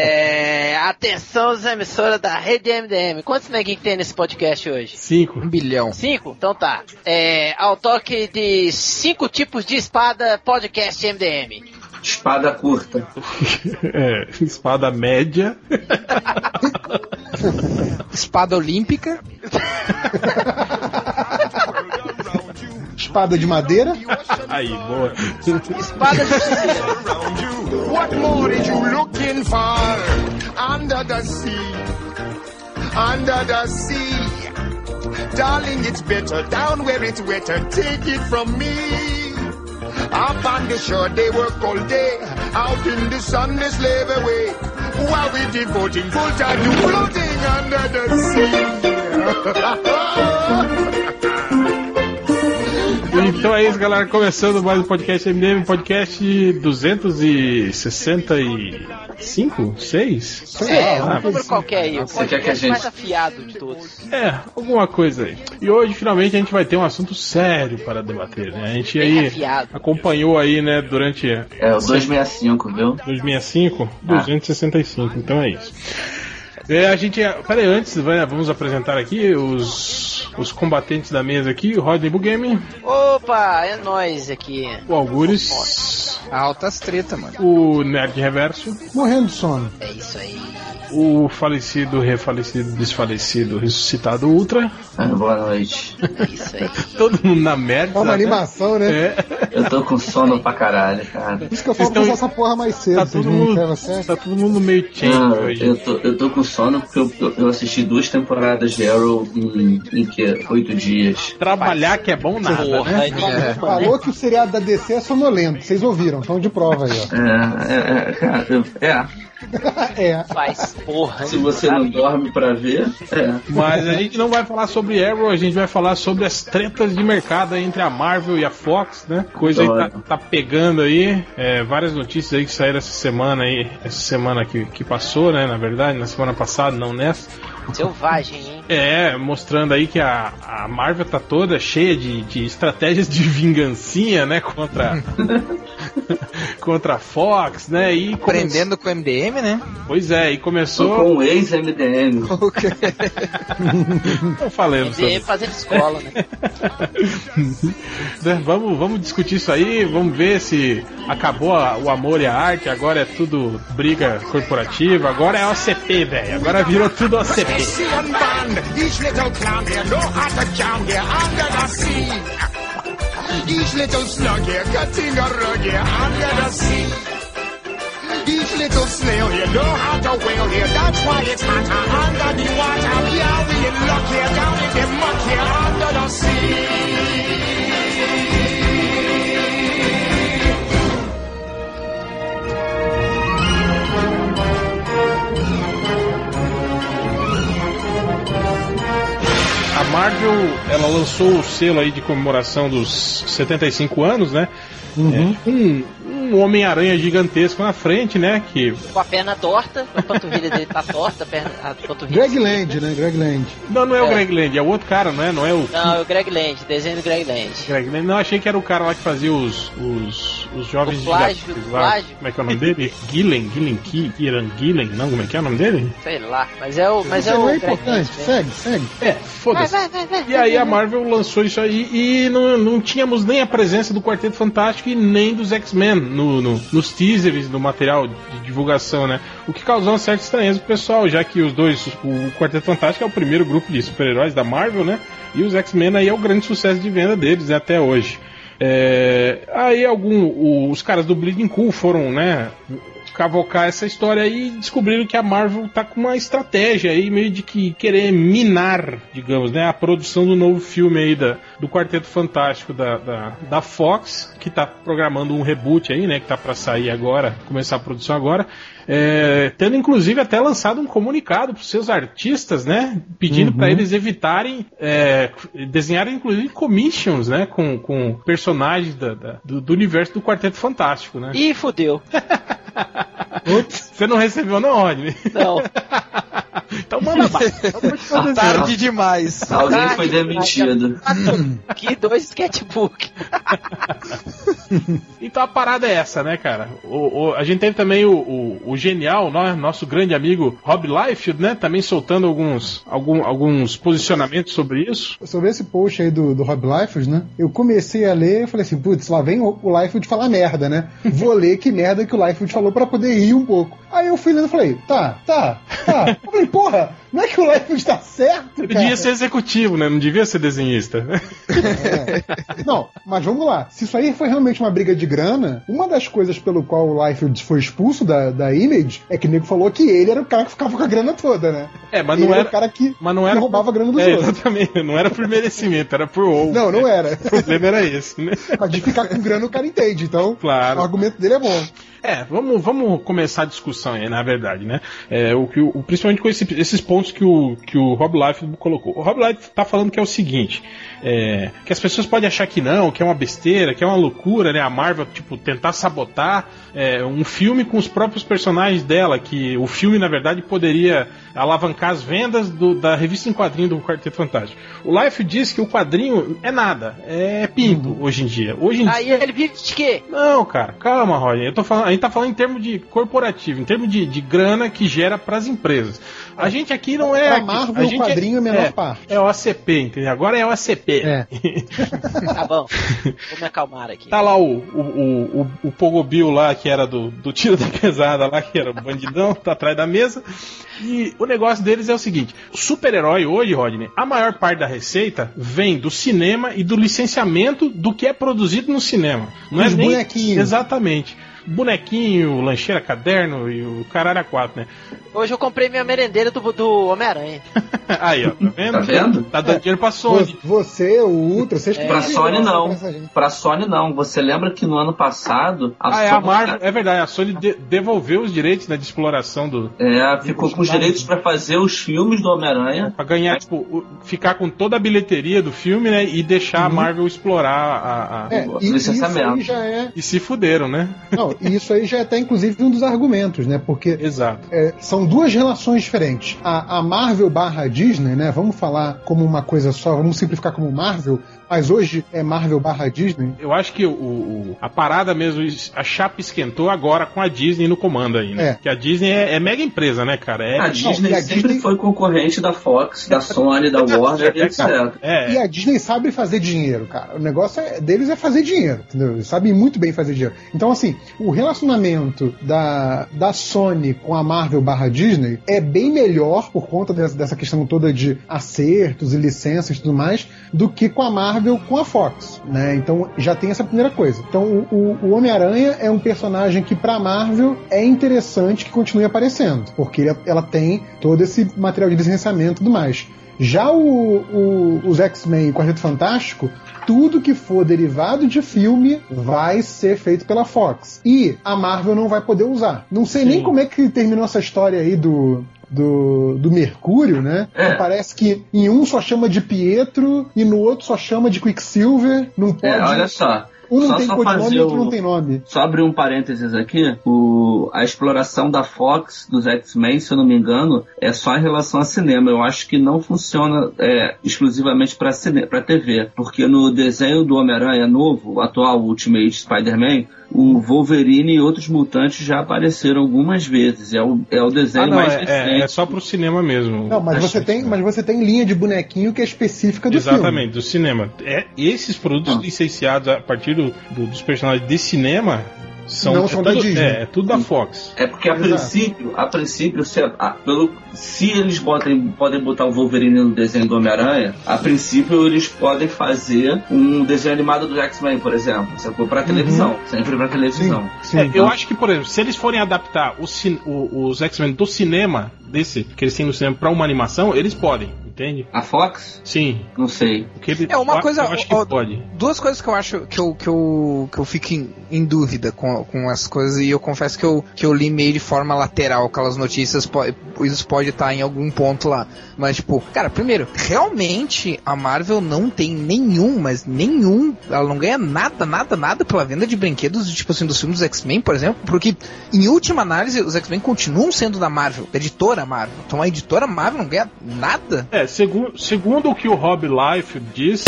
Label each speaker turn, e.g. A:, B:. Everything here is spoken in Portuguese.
A: É, atenção, os emissoras da Rede MDM. Quantos neguinhos tem nesse podcast hoje?
B: Cinco.
C: Um bilhão.
A: Cinco? Então tá. É, ao toque de cinco tipos de espada, podcast MDM.
D: Espada curta.
B: É, espada média.
C: Espada olímpica.
E: Espada de madeira.
B: Aí, boa.
A: Espada justiceira.
F: What more are you looking for? Under the sea, under the sea. Darling, it's better down where it's wetter. Take it from me. Up on the shore, they work all day. Out in the sun, they slave away. Who are we devoting full time to floating under the sea?
B: Então é isso, galera. Começando mais um podcast MDM, podcast 265? 6?
A: É, um número qualquer aí. O
D: Você quer que a
A: podcast
D: gente-
A: mais afiado de todos.
B: É, alguma coisa aí. E hoje, finalmente, a gente vai ter um assunto sério para debater, né? A gente
A: Bem
B: aí
A: afiado.
B: acompanhou aí, né, durante
D: É, o 265, viu?
B: 2065,
C: Ah.
B: 265, então é isso. É, a gente. Peraí, antes, vai- vamos apresentar aqui os, os combatentes da mesa aqui, o Rodney Bugame,
A: Opa, é nós aqui.
B: o Algures,
C: Altas treta, mano.
B: o Nerd Reverso,
E: Morrendo de sono.
A: É isso aí.
B: o falecido, refalecido, desfalecido, ressuscitado Ultra,
D: Ah, boa noite.
A: É isso aí.
B: todo mundo na merda.
E: É uma
B: né?
E: animação, né?
B: É,
D: Eu tô com sono pra caralho, cara.
E: Por isso que eu falo pra
B: Vocês
E: usar essa porra mais cedo.
B: tá
E: vocês
B: todo
E: não encaram
B: mundo,
E: certo.
B: tá todo mundo meio
D: Ah,
B: change hoje.
D: eu, tô, eu tô com sono porque eu, eu- eu assisti duas temporadas de Arrow em, em que? Oito dias.
B: Trabalhar que é bom nada, né?
C: É.
E: Falou que o seriado da DC é sonolento. Vocês ouviram, estão de prova aí,
D: É, é, é, cara, eu- é.
E: ó. É.
A: Faz porra.
D: Se você não dorme pra ver, é.
B: Mas a gente não vai falar sobre Arrow, a gente vai falar sobre as tretas de mercado aí entre a Marvel e a Fox, né? Coisa aí tá, tá pegando aí. é, várias notícias aí que saíram essa semana aí, essa semana que, que passou, né? Na verdade, na semana passada, não nessa.
A: Selvagem, hein?
B: É, mostrando aí que a, a Marvel tá toda cheia de, de estratégias de vingancinha, né? Contra. contra a Fox, né? E come-
C: Aprendendo com o MDM, né?
B: Pois é, e
D: Tô
B: começou.
D: com o ex-MDM.
B: Não falando sobre
A: MDM fazendo escola, né?
B: Né, vamos, vamos discutir isso aí, vamos ver se acabou a- o amor e a arte, agora é tudo briga corporativa, agora é OCP, velho, agora virou tudo OCP.
F: Sea and band, each little clam here, no heart to jam here, under the sea. Each little slug here, cutting a rug here, under the sea. Each little snail here, no heart to whale here, that's why it's hotter under the water. Yeah, we in luck here, down in the muck here, under the sea.
B: A Marvel, ela lançou o selo aí de comemoração dos 75 anos, né? É, um, um Homem-Aranha gigantesco na frente, né? Que,
A: Com a perna torta, a panturrilha dele tá torta, a, perna, a panturrilha.
E: Greg Land, né? Greg Land.
B: não, não é, o
A: É.
B: Greg Land, é o outro cara, não é? Não é o
A: Não, é o Greg Land, desenho do Greg Land.
B: Greg Land. né? Não, achei que era o cara lá que fazia os, os, os jovens
A: O Flágio,
B: gigantes
A: o
B: lá.
A: Flágio.
B: Como é que é o nome dele? Gillen, Gillen, Ki- Iran Gillen, não, como é que é o nome dele?
A: Sei lá. Mas é o. Mas
E: Isso
A: é
E: não
A: o
E: é
A: Greg Land.
E: importante.
A: mesmo.
E: Segue, segue.
B: É, foda-se. E aí a Marvel lançou isso aí e não, não tínhamos nem a presença do Quarteto Fantástico e nem dos X-Men no, no- nos teasers do material de divulgação, né? O que causou uma certa estranheza pro pessoal, já que os dois, o Quarteto Fantástico é o primeiro grupo de super-heróis da Marvel, né? E os X-Men aí é o grande sucesso de venda deles né, até hoje. É, aí algum, o- os caras do Bleeding Cool foram, né, cavocar essa história aí e descobriram que a Marvel tá com uma estratégia aí meio de que querer minar, digamos, né, a produção do novo filme aí da, do Quarteto Fantástico da, da, da Fox, que tá programando um reboot aí, né, que tá pra sair agora, começar a produção agora, é, tendo inclusive até lançado um comunicado pros seus artistas, né, pedindo pra eles evitarem é, desenharem inclusive commissions, né, com, com personagens da- da- do, do universo do Quarteto Fantástico,
E: é
B: né.
A: Ih, fudeu.
B: Você não recebeu não, Rodney?
A: Não.
B: Então manda bala.
C: Tarde demais.
D: Tá Alguém foi demitido.
A: Que dois sketchbook.
B: Então a parada é essa, né, cara? O, o- a gente teve também o, o- o genial, no- nosso grande amigo Rob Liefeld, né? Também soltando alguns, algum- alguns posicionamentos sobre isso.
E: Sobre esse post aí do, do Rob Liefeld, né? Eu comecei a ler e falei assim, putz, lá vem o, o Liefeld falar merda, né? Vou ler que merda que o Liefeld falou pra poder rir um pouco. Aí eu fui lendo e falei, tá, tá, tá. Eu falei, porra, não é que o Liefeld tá certo,
B: Ele
E: cara?
B: devia ser executivo, né? Não devia ser desenhista.
E: É. Não, mas vamos lá. Se isso aí foi realmente uma briga de grana, uma das coisas pelo qual o Liefeld foi expulso da, da Image é que o nego falou que ele era o cara que ficava com a grana toda, né?
B: É, mas
E: ele
B: não
E: era,
B: era.
E: o cara que,
B: Mas não
E: que
B: era.
E: roubava a grana dos
B: É,
E: outros.
B: exatamente. Não era por merecimento, era por ou.
E: Não, não era.
B: O problema era esse, né?
E: Mas de ficar com grana o cara entende, então
B: Claro.
E: o argumento dele é bom.
B: É, vamos, vamos começar a discussão aí, na verdade, né? É, o que o, o- principalmente com esse- esses pontos que o, que o Rob Life colocou. O Rob Life tá falando que é o seguinte: é, que as pessoas podem achar que não, que é uma besteira, que é uma loucura, né? A Marvel, tipo, tentar sabotar é, um filme com os próprios personagens dela, que o filme, na verdade, poderia alavancar as vendas do- da revista em quadrinho do Quarteto Fantástico. O Life diz que o quadrinho é nada, é pinto hoje em dia. Hoje em dia.
A: Aí ele vive de quê?
B: Não, cara, calma, Roger. Eu tô falando, a gente tá falando em termos de corporativo, em termos de, de grana que gera pras empresas. A gente aqui não é.
E: Pra
B: aqui-
E: Marvel,
B: a
E: o
B: gente
E: quadrinho é a menor
B: é,
E: parte.
B: É OCP, entendeu? Agora é OCP.
E: É.
A: Tá bom, vou me acalmar aqui.
B: Tá lá o, o, o, o, o Pogobil lá, que era do, do tiro da pesada lá, que era o bandidão, tá atrás da mesa. E o negócio deles é o seguinte: o super-herói hoje, Rodney, a maior parte da receita vem do cinema e do licenciamento do que é produzido no cinema. Não
E: Dos
B: é nem-
E: bonequinhos.
B: Exatamente. Bonequinho, lancheira, caderno e o caralho a quatro, né?
A: Hoje eu comprei minha merendeira do, do Homem-Aranha.
B: Aí, ó, tá vendo?
D: Tá vendo? É.
B: Tá dando dinheiro pra Sony.
E: Vo- Você, o Ultra, vocês
A: É.
D: Pra
E: que-
D: Sony não.
E: Essa gente.
D: Pra Sony não. Você lembra que no ano passado a
B: Ah, é,
D: Sony né?
B: a Marvel, é verdade, a Sony de- devolveu os direitos né, de exploração do,
D: é, ficou com os direitos pra fazer os filmes do Homem-Aranha.
B: Pra ganhar, tipo, o- ficar com toda a bilheteria do filme, né? E deixar a
E: Uhum.
B: Marvel explorar a. a-
E: É,
D: O
E: e isso
D: licenciamento.
E: aí já é.
B: E se fuderam, né?
E: Não, e isso aí já é até inclusive um dos argumentos, né? Porque
B: Exato.
E: É, são duas relações diferentes. A, a Marvel barra Disney, né? Vamos falar como uma coisa só, vamos simplificar como Marvel, mas hoje é Marvel barra Disney.
B: Eu acho que o, o- a parada mesmo, es- a chapa esquentou agora com a Disney no comando aí, né?
E: É.
B: Que a Disney é, é mega empresa, né, cara? É,
D: A Disney
E: e a
D: sempre
E: Disney-
D: foi concorrente da Fox, da Sony, da Warner, e etc.
B: é,
E: E a Disney sabe fazer dinheiro, cara. O negócio é- deles é fazer dinheiro, entendeu? Eles sabem muito bem fazer dinheiro. Então, assim, o relacionamento da, da Sony com a Marvel barra Disney é bem melhor por conta dessa, dessa questão toda de acertos e licenças e tudo mais, do que com a Marvel com a Fox, né? Então, já tem essa primeira coisa. Então, o, o- o Homem-Aranha é um personagem que, pra Marvel, é interessante que continue aparecendo, porque ele- é, ela tem todo esse material de licenciamento e tudo mais. Já o, o- os X-Men e o Quarteto Fantástico, tudo que for derivado de filme vai ser feito pela Fox. E a Marvel não vai poder usar. Não sei nem
B: Sim.
E: como é que terminou essa história aí do. Do, do Mercúrio, né?
D: É.
E: Parece que em um só chama de Pietro e no outro só chama de Quicksilver. Não pode.
D: É, olha só.
E: um não
D: só-
E: tem
D: só
E: codinome
D: fazer
E: e outro
D: o-
E: não tem nome.
D: Só abrir um parênteses aqui, o- a exploração da Fox, dos X-Men, se eu não me engano, é só em relação a cinema. Eu acho que não funciona é, exclusivamente para para TV, porque no desenho do Homem-Aranha novo, o atual Ultimate Spider-Man, o Wolverine e outros mutantes já apareceram algumas vezes. É o, é o desenho
B: Ah, não,
D: mais
B: é, é- é
D: recente.
B: só pro cinema mesmo.
E: Não, mas
B: Acho
E: você,
B: que
E: tem,
B: sim.
E: mas você tem linha de bonequinho que é específica do filme.
B: Exatamente, do cinema. É, esses produtos
D: Ah.
B: licenciados a partir do- do- dos personagens de cinema são,
E: Não
B: é
E: são da
B: tudo,
E: Disney.
B: É, é tudo da Fox.
D: É porque a
E: Exato.
D: princípio, a princípio, se, a- pelo, se eles botem, podem botar o Wolverine no desenho do Homem-Aranha, a princípio eles podem fazer um desenho animado do X-Men, por exemplo. Se for pra televisão, sempre pra televisão.
E: Uhum. Sim.
B: É, eu acho que, por exemplo, se eles forem adaptar o cin- o- os X-Men do cinema, desse, que eles têm no cinema, pra uma animação, eles podem, entende?
D: A Fox?
B: Sim.
D: Não sei.
B: o que ele-
C: É uma
B: eu a-
C: coisa-
B: Eu acho que
C: ó,
B: pode.
C: Duas coisas que eu acho que eu, que eu, que eu fico em, em dúvida com, com as coisas, e eu confesso que eu, que eu li meio de forma lateral aquelas notícias, po- isso pode estar em algum ponto lá. Mas, tipo, cara, primeiro, realmente a Marvel não tem nenhum, mas nenhum, ela não ganha nada, nada, nada pela venda de brinquedos, tipo assim, dos filmes dos X-Men, por exemplo, porque, em última análise, os X-Men continuam sendo da Marvel, da editora Marvel. Então a editora Marvel não ganha nada
B: É, segu- segundo o que o Rob Life diz,